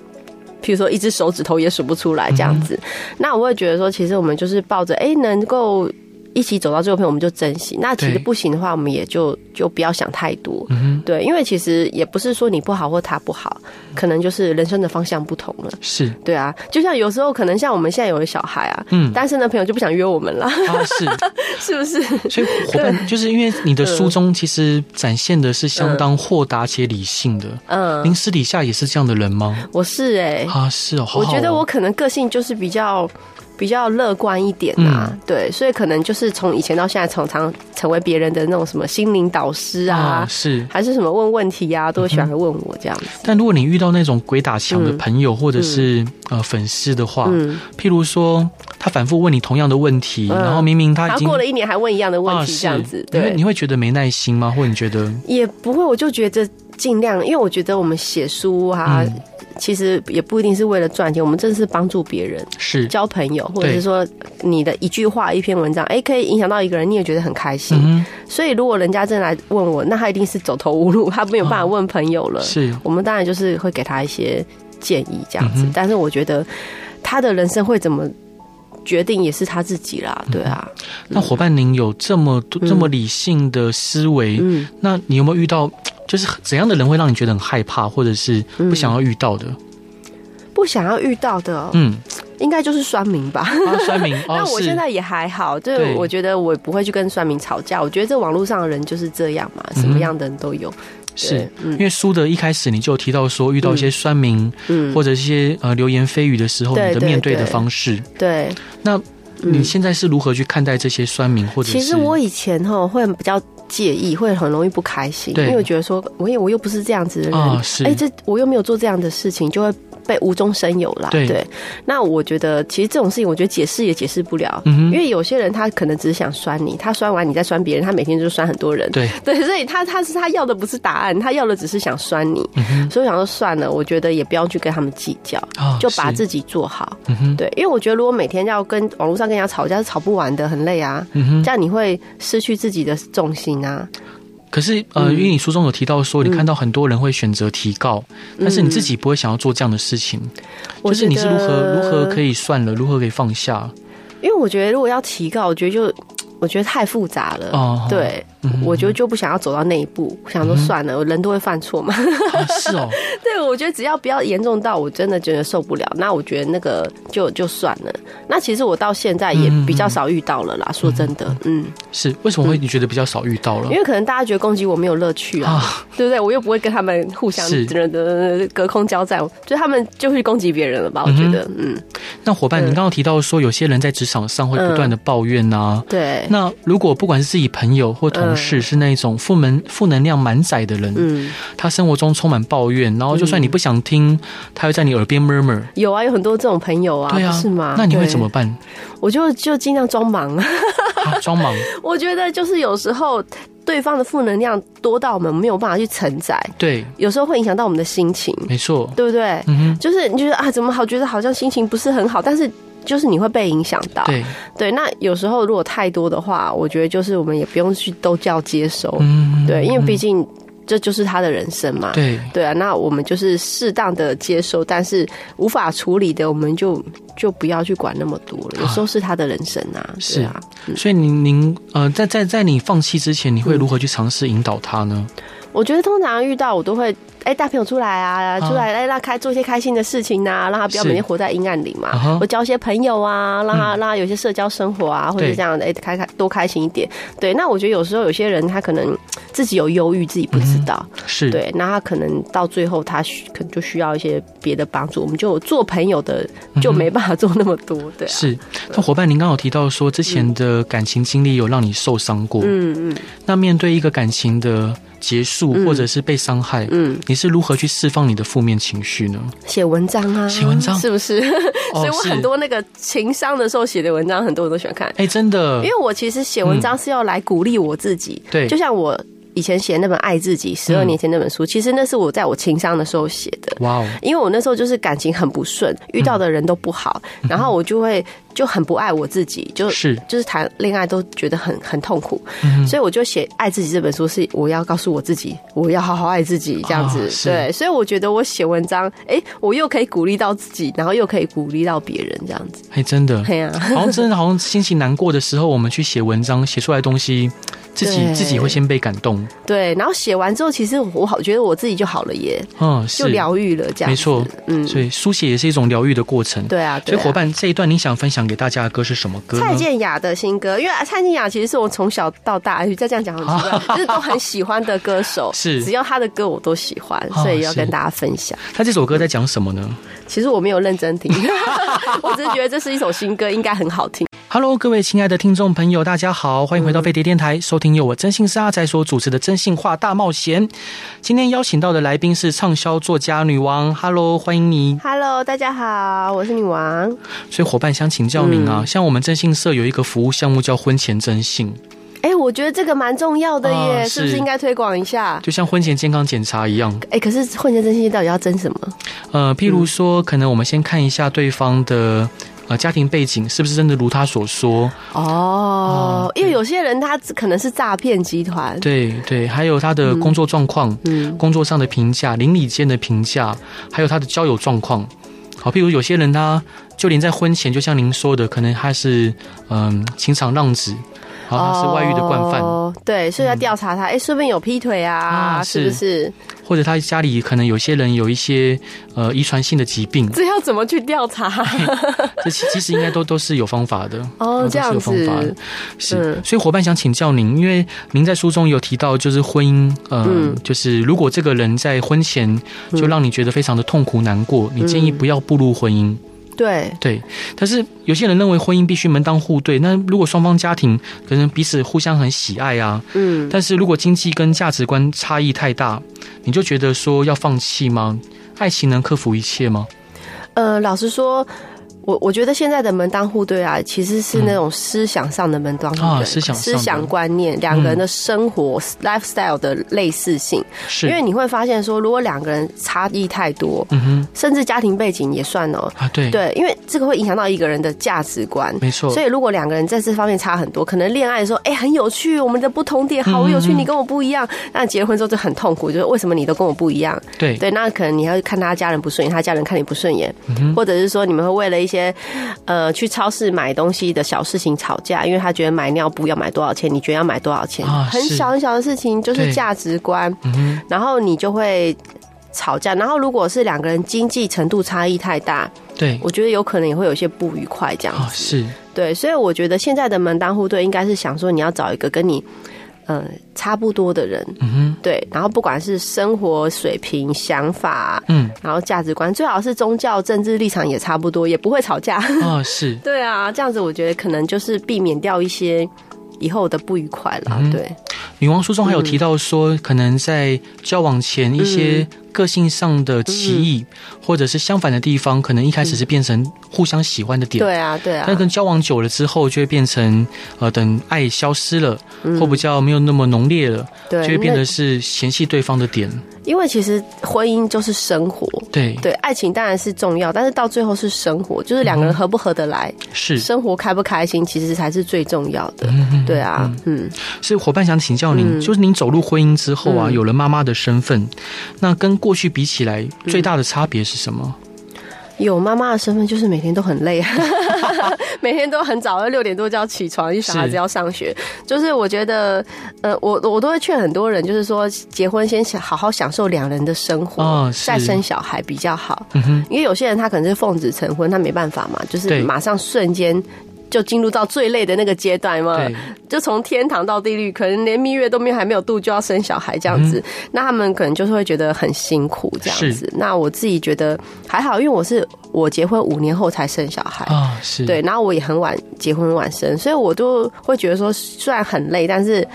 S2: 譬如说，一只手指头也数不出来这样
S1: 嗯
S2: 子，那我会觉得说，其实我们就是抱着哎、诶能够一起走到最后，朋友我们就珍惜。那其实
S1: 对
S2: 不行的话，我们也就就不要想太多。
S1: 嗯哼，
S2: 对，因为其实也不是说你不好或他不好，可能就是人生的方向不同了。
S1: 是，
S2: 对啊，就像有时候可能像我们现在有个小孩啊，
S1: 嗯，
S2: 单身的朋友就不想约我们 了，
S1: 啊是，
S2: 是不是？
S1: 所以伙伴就是因为你的
S2: 嗯
S1: 书中其实展现的是相当豁达且理性的，
S2: 嗯，
S1: 您私底下也是这样的人吗？
S2: 我是哎、
S1: 啊是哦，好
S2: 我
S1: 好
S2: 觉得
S1: 哦
S2: 我可能个性就是比较。比较乐观一点啊，
S1: 嗯
S2: 对，所以可能就是从以前到现在，常常成为别人的那种什么心灵导师啊，
S1: 啊是。
S2: 还是什么问问题啊，都会喜欢问我这样子。
S1: 但如果你遇到那种鬼打墙的
S2: 嗯
S1: 朋友或者是、呃粉丝的话，
S2: 嗯，
S1: 譬如说他反复问你同样的问题，
S2: 嗯
S1: 然后明明他
S2: 然
S1: 已
S2: 后
S1: 经
S2: 过了一年还问一样的问题，这样子，
S1: 啊、是你
S2: 对
S1: 会，你会觉得没耐心吗？或者你觉得
S2: 也不会，我就觉得尽量，因为我觉得我们写书啊，
S1: 嗯
S2: 其实也不一定是为了赚钱，我们真的是帮助别人、
S1: 是？
S2: 交朋友，或者是说你的一句话、一篇文章，哎、可以影响到一个人，你也觉得很开心。
S1: 嗯
S2: 所以如果人家真来问我，那他一定是走投无路，他没有办法问朋友了。
S1: 哼，哦是
S2: 我们当然就是会给他一些建议这样子，
S1: 嗯哼
S2: 但是我觉得他的人生会怎么。决定也是他自己啦，
S1: 嗯
S2: 对啊，
S1: 那伙伴，您有这么多、这么理性的思维，
S2: 嗯，
S1: 那你有没有遇到就是怎样的人会让你觉得很害怕，或者是
S2: 嗯
S1: 不想要遇到的？
S2: 哦不想要遇到的，
S1: 嗯，
S2: 应该就是酸民吧。
S1: 啊，酸 民，
S2: 那
S1: 哦，
S2: 我
S1: 是
S2: 现在也还好，就
S1: 对
S2: 是我觉得我不会去跟酸民吵架。我觉得这网络上的人就是这样嘛，什么样的人都有。
S1: 嗯是
S2: 对，，
S1: 因
S2: 嗯
S1: 为书的一开始你就有提到说，遇到一些酸民、
S2: 嗯，
S1: 或者一些呃流言蜚语的时候，
S2: 对
S1: 你的
S2: 对
S1: 面对的
S2: 对
S1: 方式，
S2: 对。
S1: 那
S2: 嗯
S1: 你现在是如何去看待这些酸民，或者是
S2: 其实我以前哈会比较介意，会很容易不开心，
S1: 对
S2: 因为我觉得说，我也我又不是这样子的人，
S1: 啊是
S2: 哎、这我又没有做这样的事情，就会被无中生有啦。
S1: 对
S2: 那我觉得其实这种事情，我觉得解释也解释不了。
S1: 嗯哼
S2: 因为有些人他可能只是想酸你，他酸完你再酸别人，他每天就酸很多人，
S1: 对，
S2: 对，所以他他是他要的不是答案，他要的只是想酸你，
S1: 嗯哼
S2: 所以我想说算了，我觉得也不要去跟他们计较，
S1: 啊，
S2: 就把
S1: 是
S2: 自己做好。
S1: 嗯哼
S2: 对，因为我觉得如果每天要跟网络上跟人家吵架是吵不完的，很累啊，
S1: 嗯哼
S2: 这。样你会失去自己的重心啊。
S1: 可是，呃，
S2: 嗯
S1: 因为你书中有提到说，你看到很多人会选择提告，但
S2: 嗯
S1: 是你自己不会想要做这样的事情，
S2: 我
S1: 就是你是如何如何可
S2: 以？
S1: 以算了，如何可以放下？
S2: 因为我觉得如果要提告，我觉得就我觉得太复杂了。
S1: 哦
S2: 对，我觉得就不想要走到那一步，我想
S1: 嗯
S2: 说算了，人都会犯错嘛。
S1: 啊，是哦，
S2: 对，我觉得只要不要严重到我真的觉得受不了，那我觉得那个就就算了。那其实我到现在
S1: 嗯
S2: 也比较少遇到了啦，说真的，嗯，
S1: 是为什么会你觉得比较少遇到了
S2: 因？为可能大家觉得攻击我没有乐趣
S1: 嗯
S2: 啊，
S1: 啊，
S2: 对不对？我又不会跟他们互相
S1: 是
S2: 的隔空交战，就他们就去攻击别人了吧？我觉得，嗯，嗯
S1: 那伙伴，你刚刚提到说，有些人在职场上会不断的抱怨呐、
S2: 对，
S1: 那如果不管是自己朋友或同事，是那种负能负能量满载的人，
S2: 嗯，
S1: 他生活中充满抱怨，然后就算你不想听，他会在你耳边 murmur，
S2: 有啊，有很多这种朋友啊，
S1: 对啊，
S2: 不是吗？
S1: 那你会
S2: 对
S1: 怎么？办？
S2: 我就就尽量装忙啊。
S1: 啊，装忙，
S2: 我觉得就是有时候对方的负能量多到我们没有办法去承载，
S1: 对，
S2: 有时候会影响到我们的心情，
S1: 没错，
S2: 对不对？
S1: 嗯哼，
S2: 就是你觉得啊，怎么好觉得好像心情不是很好，但是就是你会被影响到。
S1: 对，
S2: 对那有时候如果太多的话，我觉得就是我们也不用去都叫接收，
S1: 嗯，
S2: 对，因为毕
S1: 竟
S2: 竟这就是他的人生嘛。
S1: 对，
S2: 对啊，那我们就是适当的接受，但是无法处理的，我们就就不要去管那么多了。有时候是他的人生啊，对啊，
S1: 所以您您呃，在在在你放弃之前，你会如何去尝试引导他呢？
S2: 我觉得通常遇到我都会，哎、带朋友出来啊，出来，哎、让开做一些开心的事情呐、让他不要
S1: 是
S2: 每天活在阴暗里
S1: 啊
S2: 嘛。
S1: 哈嗯
S2: 我交一些朋友啊，让他、让他有一些社交生活啊，或者
S1: 对
S2: 这样的，哎、开开多开心一点。对，那我觉得有时候有些人他可能自己有忧郁，自己不知道，
S1: 是，
S2: 对，啊那他可能到最后他需可能就需要一些别的帮助，我们就做朋友的就没办法做那么多，对、啊，
S1: 嗯是。那伙伴，您刚好提到说之前的感情经历有让你受伤过，
S2: 嗯嗯
S1: 那面对一个感情的结束
S2: 嗯
S1: 或者是被伤害，
S2: 嗯，
S1: 你是如何去释放你的负面情绪呢？
S2: 写文章啊，
S1: 写文章哦
S2: 是不是？ 所以我
S1: 是
S2: 很多那个情商的时候写的文章，很多人都喜欢看，
S1: 哎、真的，
S2: 因为我其实写文章是要来鼓励我自己，
S1: 嗯对嗯
S2: 就像我以前写那本《爱自己》，十二年前那本书，其实那是我在我情商的时候写的。
S1: 哇哦，
S2: 因为我那时候就是感情很不顺，遇到的人都不好，
S1: 嗯
S2: 然后我就会就很不爱我自己，就是就是谈恋爱都觉得很很痛苦，
S1: 嗯
S2: 所以我就写《爱自己》这本书，是我要告诉我自己，我要好好爱自己，这样子。
S1: 啊是
S2: 对，所以我觉得我写文章，哎，我又可以鼓励到自己，然后又可以鼓励到别人，这样子。啊
S1: 哎、真的，
S2: 对呀、
S1: 好像真的，好像心情难过的时候，我们去写文章，写出来的东西，自己
S2: 对
S1: 自己会先被感动，
S2: 对。然后写完之后，其实我好觉得我自己就好了耶，
S1: 嗯，是
S2: 就，疗愈了，这样子。
S1: 没错，
S2: 嗯，
S1: 所以书写也是一种疗愈的过程。
S2: 对啊，
S1: 所
S2: 对
S1: 以
S2: 啊
S1: 伙。伴，这一段你想分享给大家的歌是什么歌呢？
S2: 蔡健雅的新歌，因为呃蔡健雅其实是我从小到大，再这样讲很奇怪， 就是都很喜欢的歌手，
S1: 是
S2: 只要她的歌我都喜欢，
S1: 啊
S2: 所以要跟
S1: 是
S2: 大家分享。
S1: 他这首歌在讲什么呢
S2: 其实我没有认 真听，我只是觉得这是一首新歌，应该很好听。
S1: ？Hello，各位亲爱的听众朋友，大家好，欢迎回到飞碟电台，收听由我真心是阿仔所主持的《真性话大冒险》。今天邀请到的来宾是畅销作家女王，Hello，欢迎你。
S2: Hello，大家好，我是女王。
S1: 所以伙伴想请教您啊，
S2: 嗯
S1: 像我们征信社有一个服务项目叫婚前征信，
S2: 哎、我觉得这个蛮重要的耶，
S1: 啊
S2: 是不是
S1: 是
S2: 应该推广一下？
S1: 就像婚前健康检查一样，
S2: 哎、可是婚前征信到底要征什么？
S1: 呃，譬如
S2: 嗯
S1: 说，可能我们先看一下对方的呃家庭背景是不是真的如他所说，
S2: 哦，因为有些人他可能是诈骗集团，
S1: 对对，还有他的工作状况、
S2: 嗯，
S1: 工作上的评价、邻里间的评价，还有他的交友状况。好，譬如有些人他就连在婚前，就像您说的，可能他是嗯、情场浪子，然哦后他是外遇的惯犯，嗯
S2: 哦，对，所以要调查他，哎、说不定有劈腿啊，
S1: 啊
S2: 是不是？
S1: 或者他家里可能有些人有一些呃遗传性的疾病，
S2: 这要怎么去调 查？
S1: 这其其实应该都都是有方法的。
S2: 哦，这
S1: 啊都是
S2: 样
S1: 有方法的
S2: 子，，
S1: 是
S2: 嗯，
S1: 所以伙伴想请教您，因为您在书中有提到，就是婚姻，嗯
S2: 嗯，
S1: 就是如果这个人在婚前就让你觉得非常的痛苦难过，
S2: 嗯
S1: 你建议不要步入婚姻。
S2: 对，
S1: 对，但是有些人认为婚姻必须门当户对，那如果双方家庭可能彼此互相很喜爱啊，
S2: 嗯，
S1: 但是如果经济跟价值观差异太大，你就觉得说要放弃吗？爱情能克服一切吗？
S2: 呃，老实说。我我觉得现在的门当户对啊，其实是那种思想上的门当户对，
S1: 啊思想上的嗯
S2: 思想观念，两个人的生活、lifestyle 的类似性。
S1: 是，
S2: 因为你会发现说，如果两个人差异太多，
S1: 嗯哼
S2: 甚至家庭背景也算哦，
S1: 啊，对，
S2: 对，因为这个会影响到一个人的价值观。
S1: 没错，
S2: 所以，如果两个人在这方面差很多，可能恋爱的时候，哎、很有趣，我们的不同点好有趣，
S1: 嗯
S2: 你跟我不一样。但结婚之后就很痛苦，就是为什么你都跟我不一样？
S1: 对嗯
S2: 对，那可能你要看他家人不顺眼，他家人看你不顺眼，或者是说你们会为了一些呃去超市买东西的小事情吵架，因为他觉得买尿布要买多少钱，你觉得要买多少钱，
S1: 啊
S2: 很
S1: 是
S2: 小很小的事情，就是
S1: 对嗯
S2: 价值观，
S1: 哼
S2: 然后你就会。吵架，然后如果是两个人经济程度差异太大，
S1: 对
S2: 我觉得有可能也会有一些不愉快这样
S1: 啊，
S2: 子。
S1: 是
S2: 对，所以我觉得现在的门当户对应该是想说你要找一个跟你呃差不多的人，
S1: 嗯哼，
S2: 对，然后不管是生活水平、想法，
S1: 嗯
S2: 然后价值观，最好是宗教、政治立场也差不多，也不会吵架。
S1: 啊，是。
S2: 对啊，这样子我觉得可能就是避免掉一些以后的不愉快啦。
S1: 嗯
S2: 对，嗯嗯
S1: 女王书中还有提到说，可能在交往前一些个性上的歧义，或者是相反的地方，可能一开始是变成互相喜欢的点，
S2: 对啊，对啊
S1: 但，跟交往久了之后，就会变成呃，等爱消失了，或比较没有那么浓烈了，
S2: 嗯对，
S1: 就会变
S2: 那
S1: 得是嫌弃对方的点。
S2: 因为其实婚姻就是生活，
S1: 对，
S2: 对，爱情当然是重要，但是到最后是生活，就是两个
S1: 嗯
S2: 人合不合得来，
S1: 是
S2: 生活开不开心，其实才是最重要的。
S1: 嗯
S2: 对啊，嗯，
S1: 是伙伴想请教您，
S2: 嗯
S1: 就是您走入婚姻之后啊，
S2: 嗯
S1: 有了妈妈的身份，那跟过去比起来，
S2: 嗯
S1: 最大的差别是什么？
S2: 有妈妈的身份就是每天都很累，啊 每天都很早，六点多就要起床，因为小孩子
S1: 是
S2: 要上学。就是我觉得，呃，我我都会劝很多人，就是说结婚先想好好享受两人的生活，
S1: 哦是
S2: 再生小孩比较好。
S1: 嗯哼，
S2: 因为有些人他可能是奉子成婚，他没办法嘛，就是
S1: 对
S2: 马上瞬间。就进入到最累的那个阶段嘛，
S1: 对，
S2: 就从天堂到地狱，可能连蜜月都没有还没有度就要生小孩这样子，那他们可能就是会觉得很辛苦这样子
S1: 嗯是。
S2: 那我自己觉得还好，因为我是我结婚五年后才生小孩，
S1: 啊，是，
S2: 对，然后我也很晚结婚晚生，所以我就会觉得说，虽然很累，但是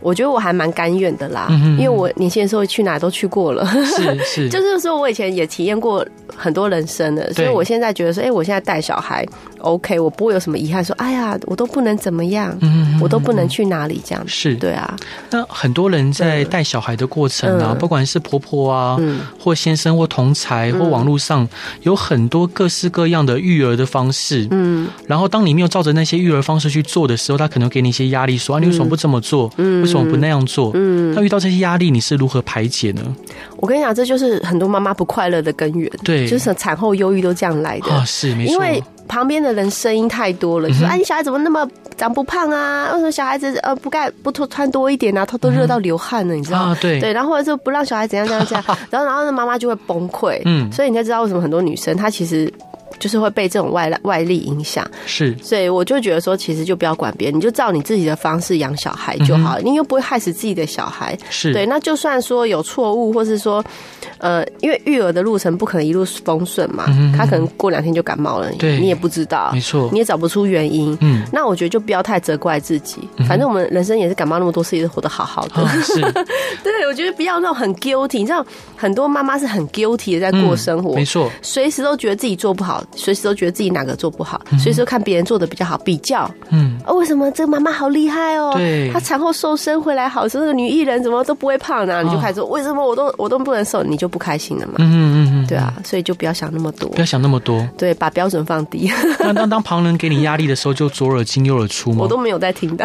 S2: 我觉得我还蛮甘愿的啦，
S1: 嗯哼
S2: 因为我年轻的时候去哪都去过了，
S1: 是是，
S2: 就是说我以前也体验过很多人生的，所以我现在觉得说，哎、我现在带小孩 OK，我不会有什么遗憾，说哎呀，我都不能怎么样，
S1: 嗯
S2: 我都不能去哪里这样子。
S1: 是。
S2: 对啊，
S1: 那很多人在带小孩的过程啊，
S2: 嗯
S1: 不管是婆婆啊，
S2: 嗯
S1: 或先生或同才或网络上，有很多各式各样的育儿的方式。
S2: 嗯，
S1: 然后当你没有照着那些育儿方式去做的时候，他可能给你一些压力，
S2: 嗯
S1: 说啊，你为什么不这么做？为什么不那样做？那遇到这些压力，你是如何排解呢？
S2: 我跟你讲，这就是很多妈妈不快乐的根源，
S1: 对
S2: 就是产后忧郁都这样来的。
S1: 啊，是没错，嗯
S2: 因为旁边的人声音太多了，就说：“哎、你小孩怎么那么长不胖啊？为什么小孩子呃不盖不多穿多一点啊？他都热到流汗了，你知道吗？”
S1: 啊，嗯对，
S2: 对，然后或者是不让小孩怎样怎样 怎样，然后然后呢，妈妈就会崩溃。
S1: 嗯
S2: 所以你才知道为什么很多女生她其实就是会被这种外来外力影响。
S1: 是
S2: 所以我就觉得说，其实就不要管别人，你就照你自己的方式养小孩就好，你又不会害死自己的小孩。
S1: 嗯是，
S2: 对，那就算说有错误，或是说，呃，因为育儿的路程不可能一路风顺嘛，
S1: 嗯
S2: 他可能过两天就感冒了，
S1: 对
S2: 你也不知道
S1: 没，错
S2: 你，也找不出原因。
S1: 嗯，
S2: 那我觉得就不要太责怪自己，反正我们人生也是感冒那么多次，也是活得好好的。
S1: 啊，是，
S2: 对，我觉得不要那种很 guilty，你知道很多妈妈是很 guilty 的在
S1: 嗯
S2: 过生活，
S1: 没错，
S2: 随时都觉得自己做不好，随时都觉得自己哪个做不好，随时都看别人做的比较好，比较
S1: 嗯，
S2: 哦，为什么这个妈妈好厉害哦？
S1: 对
S2: 她产后瘦身回来好，说那个女艺人怎么都不会胖
S1: 哦
S2: 呢、你就开始说为什么我都我都不能瘦，你就不开心了嘛
S1: 嗯，嗯嗯嗯，
S2: 对，啊，所以就不要想那么多
S1: 不，要想那么多。
S2: 对，把标准放低。
S1: 那当当旁人给你压力的时候，就左耳进右耳出吗？
S2: 我都没有在听的，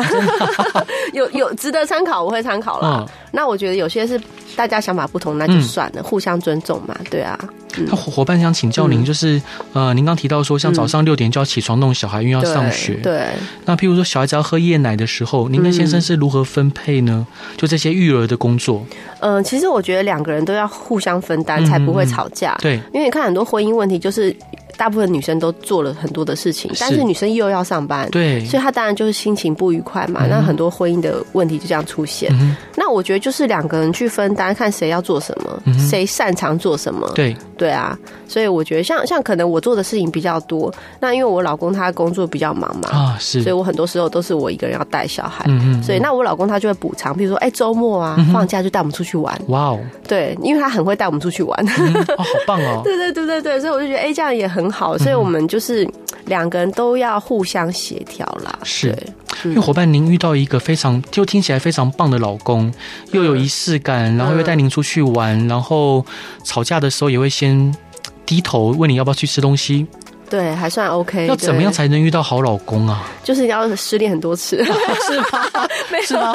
S2: 有有值得参考，我会参考啦。
S1: 嗯
S2: 那我觉得有些是大家想法不同，那就
S1: 嗯
S2: 算了，互相尊重嘛，对啊。
S1: 那伙伙伴想请教
S2: 嗯
S1: 您，就是呃，您刚提到说，像早上六点就要起床弄小孩，因为要
S2: 对
S1: 上学。
S2: 对，
S1: 那譬如说小孩子要喝夜奶的时候，您跟先生是如何分配呢？就这些育儿的工作，
S2: 嗯、其实我觉得两个人都要互相分担，
S1: 嗯
S2: 才不会吵架。
S1: 对，
S2: 因为你看很多婚姻问题，就是大部分女生都做了很多的事情，
S1: 是
S2: 但是女生又要上班。
S1: 对，嗯
S2: 所以她当然就是心情不愉快嘛，那很多婚姻的问题就这样出现。
S1: 嗯哼，
S2: 那我觉得就是两个人去分担，看谁要做什么，
S1: 嗯哼
S2: 谁擅长做什么，
S1: 对，
S2: 对啊，所以我觉得像像可能我做的事情比较多，那因为我老公他工作比较忙嘛，
S1: 啊，是
S2: 所以，我很多时候都是我一个人要带小孩。
S1: 嗯嗯，嗯
S2: 所以，那我老公他就会补偿，比如说，哎、周末啊，放假就带我们出去玩，
S1: 哇哦，
S2: 对，因为他很会带我们出去玩，
S1: 嗯哦，好棒哦，
S2: 对对对对对，所以我就觉得，哎、这样也很好，
S1: 嗯
S2: 所以我们就是两个人都要互相协调啦，
S1: 是
S2: 对嗯
S1: 因为伙伴，您遇到一个非常就听起来非常棒的老公，又有仪式感，然后又带您出去玩，然后吵架的时候也会先低头问你要不要去吃东西，
S2: 对，还算 OK。
S1: 要怎么样
S2: 对？
S1: 才能遇到好老公啊？
S2: 就是要失恋很多次，
S1: 是吗？
S2: 没
S1: 是吗？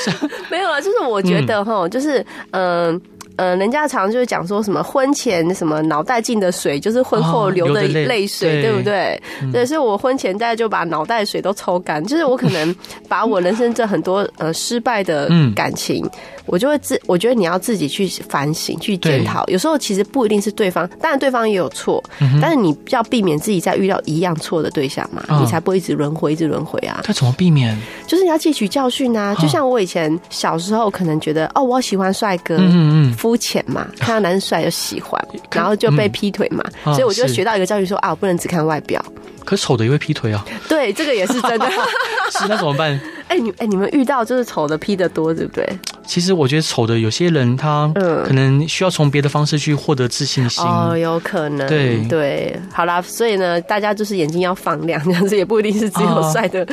S2: 没有啊，就是我觉得哈、就是嗯。呃呃，人家常就是讲说什么婚前什么脑袋进的水，就是婚后
S1: 哦
S2: 流
S1: 流
S2: 的
S1: 的泪
S2: 泪
S1: 对
S2: 水，
S1: 嗯
S2: 对不对？对，所以我婚前大概就把脑袋水都抽干，就是我可能把我人生这很多呃失败的
S1: 嗯
S2: 感情，我就会自，我觉得你要自己去反省、去
S1: 对
S2: 检讨。有时候其实不一定是对方，当然对方也有错，但是你要避免自己再遇到一样错的对象嘛，
S1: 嗯
S2: 你才不会一直轮回、一直轮回啊。
S1: 他怎么避免？
S2: 就是你要汲取教训啊。就像我以前小时候，可能觉得哦，我喜欢帅哥，
S1: 嗯嗯
S2: 肤浅嘛，看到男生帅就喜欢，然后就被劈腿嘛。
S1: 嗯
S2: 所以我就会
S1: 是
S2: 学到一个教训，说啊，我不能只看外 表。
S1: 嗯，可丑的也会劈腿啊，
S2: 对，这个也是真的。
S1: 是那怎么办？
S2: 哎，你哎，你们遇到就是丑的劈的多，对不对？
S1: 其实我觉得丑的有些人他
S2: 嗯
S1: 可能需要从别的方式去获得自信心。
S2: 哦，有可能，
S1: 对
S2: 对，好啦，所以呢，大家就是眼睛要放亮，这样子也不一定是只
S1: 啊
S2: 有帅的，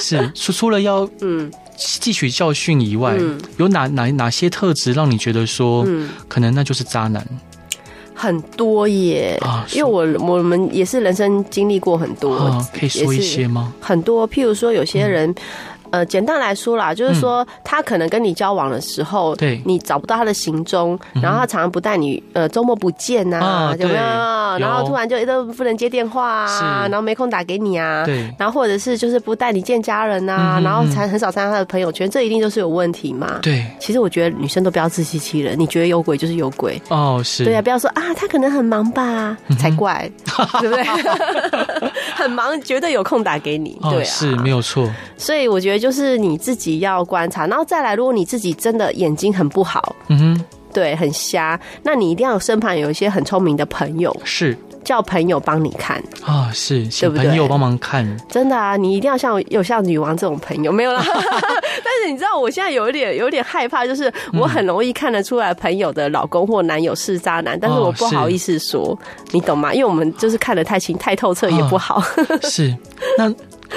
S1: 是除除了要
S2: 嗯
S1: 汲取教训以外，
S2: 嗯
S1: 有哪哪哪些特质让你觉得说，
S2: 嗯，
S1: 可能那就是渣男
S2: 很多耶，
S1: 啊？
S2: 因为我我们也是人生经历过很多，
S1: 啊，可以说一
S2: 也是
S1: 些吗？
S2: 很多，譬如说有些
S1: 嗯
S2: 人。呃，简单来说啦，就是说他可能跟你交往的时候，
S1: 对嗯
S2: 你找不到他的行踪，然后他常常不带你，呃，周末不见呐、
S1: 啊
S2: 有没有？
S1: 对
S2: 然后
S1: 有
S2: 突然就都不能接电话
S1: 是
S2: 啊，然后没空打给你啊，
S1: 对，
S2: 然后或者是就是不带你见家人呐、
S1: 嗯嗯嗯
S2: 然后才很少参加他的朋友圈，这一定就是有问题嘛。
S1: 对，
S2: 其实我觉得女生都不要自欺欺人，你觉得有鬼就是有鬼，
S1: 哦，是，
S2: 对呀、啊，不要说啊，他可能很忙吧，
S1: 嗯
S2: 才 怪，对不对？ 很忙，绝对有空打给你，
S1: 哦，
S2: 对啊，
S1: 是没有错，
S2: 所以我觉得就是你自己要观察，然后再来，如果你自己真的眼睛很不好，
S1: 嗯哼，
S2: 对，很瞎，那你一定要有身旁有一些很聪明的朋友，
S1: 是
S2: 叫朋友帮你看，
S1: 啊，是，请
S2: 对不对
S1: 朋友帮忙 看，
S2: 真的啊，你一定要像有像女王这种朋友没 有啦。 但是你知道，我现在有一点有点害怕，就是我很容易看得出来朋友的老公或男友是渣男，但是
S1: 哦
S2: 我不好意思说，你懂吗？因为我们就是看得太清太透彻也 不好，
S1: 是，那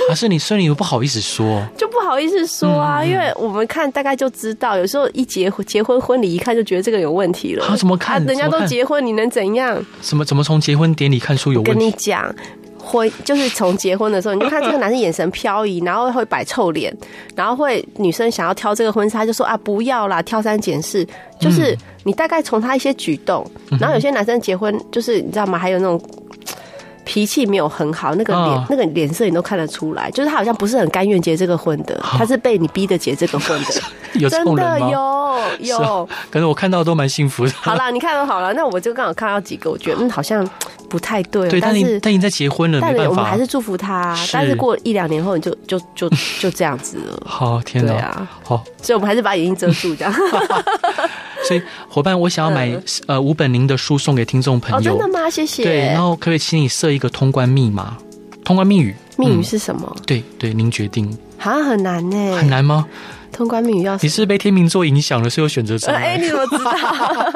S1: 还是你，虽然你又不好意思说，
S2: 就不好意思说啊，
S1: 嗯
S2: 因为我们看大概就知道，有时候一结婚结婚婚礼一看就觉得这个有问题了。
S1: 啊，怎么看？
S2: 人家
S1: 怎么
S2: 都
S1: 看
S2: 结婚，你能怎样？
S1: 怎么怎么从结婚典礼看出有问
S2: 跟你
S1: 题？
S2: 讲，婚就是从结婚的时候，你就看这个男生眼神飘移，然后会摆臭脸，然后会女生想要挑这个婚纱，就说啊不要啦，挑三拣四，
S1: 嗯
S2: 就是你大概从他一些举动，然后有些男生结婚就是你知道吗？还有那种。嗯脾气没有很好，那个脸、
S1: 啊
S2: 那个脸色你都看得出来，就是他好像不是很甘愿结这个婚的，他是被你逼着结这个婚的，
S1: 有这
S2: 真
S1: 种
S2: 的
S1: 人吗？
S2: 有
S1: 是啊
S2: 有，
S1: 可能我看到都蛮幸福的。
S2: 好啦，你看了好了，那我就刚好看到几个，我觉得嗯好像不太对哦，
S1: 对，但
S2: 但
S1: 你
S2: 是
S1: 但你在结婚了，没
S2: 但
S1: 办
S2: 我们
S1: 法
S2: 还。是祝福他啊
S1: 是，，
S2: 但是过一两年后你就就就就这样子了
S1: 好， 天
S2: 对
S1: 哪！
S2: 啊，
S1: 好，
S2: 所以我们还是把眼睛遮 住这样。
S1: 所以伙伴，我想要买、呃吴本宁的书送给听众
S2: 嗯哦，
S1: 朋友。
S2: 真的吗？谢谢。
S1: 对，然后可不可以请你设一个通关密码、通关密语？
S2: 密语
S1: 嗯
S2: 是什么？
S1: 对对，您决定。
S2: 好像很难呢，
S1: 很。难吗？
S2: 通关密语要
S1: 你是被天秤座影响了，所以有选择障
S2: 呃哎，
S1: 碍。
S2: 你嗯怎么知道？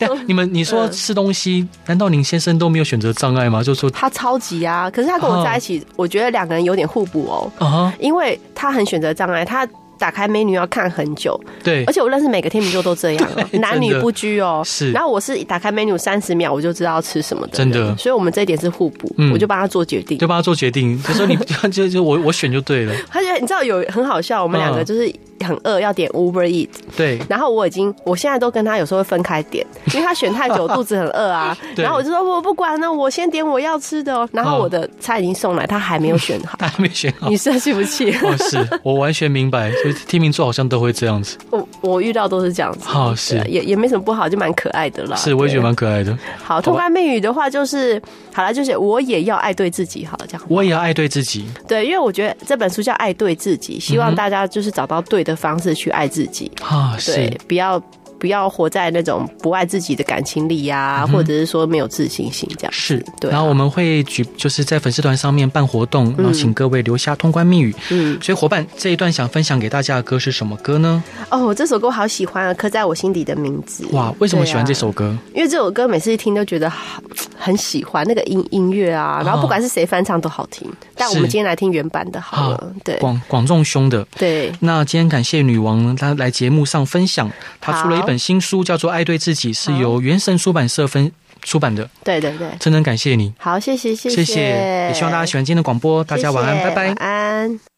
S1: 但你们你说吃东西，难道您先生都没有选择障碍吗？就说
S2: 他超级啊，可是他跟我在一
S1: 嗯
S2: 起，我觉得两个人有点互补哦，
S1: 啊哈，
S2: 因为他很选择障碍，他。打开美女要看很久，
S1: 对
S2: 而，且我认识每个天秤座都这样、哦，
S1: 对
S2: 男女
S1: 真的
S2: 不拘哦。
S1: 是
S2: 然后我是打开 menu 三十秒我就知道要吃什么的人，
S1: 真的
S2: 所以我们这一点是互补，
S1: 嗯
S2: 我就帮他做决定
S1: 就。帮他做决 定。就说你就就就我我选就对了。
S2: 而且你知道有很好笑，我们两
S1: 嗯
S2: 个就是很饿要点 Uber Eat，
S1: 对，
S2: 然后我已经我现在都跟他有时候会分开点，因为他选太久肚子很饿啊，
S1: 对
S2: 然后我就说我不管了，我先点我要吃的哦，然
S1: 嗯，
S2: 后我的菜已经送来，他还没有选好
S1: 他还没选好
S2: 你。生气不气？
S1: 哦，是我完全明白，所以天秤座好像都会这样子。
S2: 我我遇到都是这样子。
S1: 好、是
S2: 对啊也也没什么不好，就蛮可爱的啦。
S1: 是，我也觉得
S2: 啊对
S1: 蛮可爱的。
S2: 好。通关密语的话，就是好了，就是我也要爱对自己，好了，这样。
S1: 我也要爱对自己。
S2: 对，因为我觉得这本书叫《爱对自己》，希
S1: 嗯
S2: 望大家就是找到对的方式去爱自己，
S1: 啊，
S2: 对
S1: 是，
S2: 不要不要活在那种不爱自己的感情里呀、
S1: 嗯
S2: 或者是说没有自信心这样。
S1: 是，
S2: 对啊
S1: 然后我们会举，就是在粉丝团上面办活动，然后请各位留下通关密语。
S2: 嗯，
S1: 所以伙伴这一段想分享给大家的歌是什么歌呢？
S2: 哦，这首歌我好喜欢啊，刻在我心底的名字。
S1: 哇，为什么喜欢
S2: 对啊
S1: 这首歌？
S2: 因为这首歌每次一听都觉得好很喜欢那个音音乐啊，然后不管是谁翻唱都好听。但我们
S1: 是
S2: 今天来听原版的好了，对啊
S1: 广广众兄的。
S2: 对，
S1: 那今天感谢女王，她来节目上分享，她出了一本新书，叫做《爱对自己》，是由原神出版社分出版的。
S2: 对对对。
S1: 真的很感谢你，
S2: 好，谢谢谢
S1: 谢谢，也希望大家喜欢今天的广播，大家晚安，
S2: 谢谢
S1: 拜拜
S2: 晚。安。